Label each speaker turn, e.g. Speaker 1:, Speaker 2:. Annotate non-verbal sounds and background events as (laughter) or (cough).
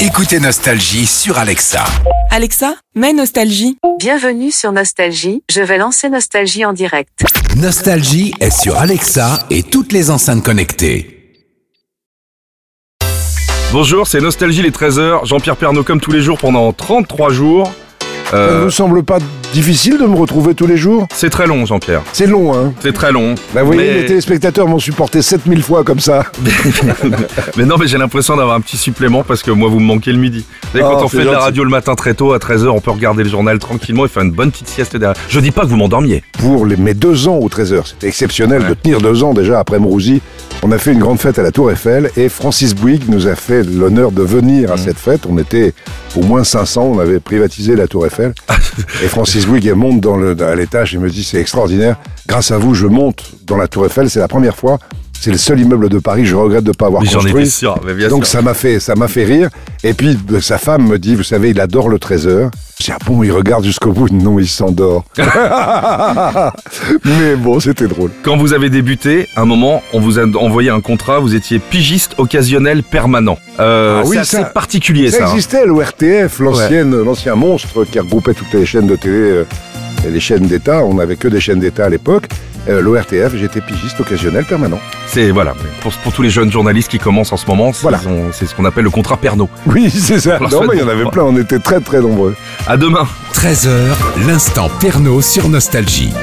Speaker 1: Écoutez Nostalgie sur Alexa.
Speaker 2: Alexa, mets Nostalgie.
Speaker 3: Bienvenue sur Nostalgie, je vais lancer Nostalgie en direct.
Speaker 1: Nostalgie est sur Alexa et toutes les enceintes connectées.
Speaker 4: Bonjour, c'est Nostalgie les 13h. Jean-Pierre Pernaud comme tous les jours pendant 33 jours.
Speaker 5: Ça ne
Speaker 4: Euh,
Speaker 5: vous semble pas difficile de me retrouver tous les jours
Speaker 4: c'est très long, Jean-Pierre.
Speaker 5: C'est long, hein
Speaker 4: C'est très long.
Speaker 5: bah, Vous voyez,
Speaker 4: mais...
Speaker 5: les téléspectateurs m'ont supporté 7000 fois comme ça.
Speaker 4: mais non, mais j'ai l'impression d'avoir un petit supplément parce que moi, vous me manquez le midi. Vous savez,
Speaker 5: Oh,
Speaker 4: quand on
Speaker 5: c'est
Speaker 4: fait de la
Speaker 5: gentil.
Speaker 4: radio le matin très tôt, à 13h, on peut regarder le journal tranquillement et faire une bonne petite sieste derrière. Je dis pas que vous m'endormiez.
Speaker 5: Pour les, mes deux ans au Trésor, c'était exceptionnel de tenir deux ans déjà après Mrouzi. On a fait une grande fête à la Tour Eiffel et Francis Bouygues nous a fait l'honneur de venir
Speaker 4: Mm.
Speaker 5: à cette fête. On était au moins 500, on avait privatisé la Tour Eiffel.
Speaker 4: Ah.
Speaker 5: et Francis Bouygues elle monte dans le, à l'étage et me dit c'est extraordinaire. Grâce à vous, je monte dans la Tour Eiffel. C'est la première fois. C'est le seul immeuble de Paris. Je regrette de ne pas avoir
Speaker 4: Mais j'en
Speaker 5: construit.
Speaker 4: étais sûr. Mais bien
Speaker 5: Donc
Speaker 4: sûr.
Speaker 5: ça m'a fait, ça m'a fait rire. Et puis euh, sa femme me dit, vous savez, il adore le trésor. J'ai ah bon, il regarde jusqu'au bout. Non, il (laughs) s'endort. Mais bon, c'était drôle.
Speaker 4: Quand vous avez débuté, à un moment, on vous a envoyé un contrat, vous étiez pigiste occasionnel permanent. Euh,
Speaker 5: Ah oui,
Speaker 4: c'est
Speaker 5: ça-
Speaker 4: assez particulier,
Speaker 5: ça
Speaker 4: ça. hein.
Speaker 5: existait, l'ORTF, l'ancienne, l'ancien monstre qui regroupait toutes les chaînes de télé euh, et les chaînes d'État. On n'avait que des chaînes d'État à l'époque. Euh, L'ORTF, j'étais pigiste occasionnel permanent.
Speaker 4: C'est voilà pour, pour tous les jeunes journalistes qui commencent en ce moment, c'est-
Speaker 5: Voilà.
Speaker 4: ils ont- c'est ce qu'on appelle le contrat Pernaud.
Speaker 5: Oui, c'est ça.
Speaker 4: Alors,
Speaker 5: Non,
Speaker 4: ça
Speaker 5: mais il y en
Speaker 4: doit-
Speaker 5: avait plein. On était très, très nombreux.
Speaker 4: À demain.
Speaker 1: 13h, l'instant Pernaud sur Nostalgie.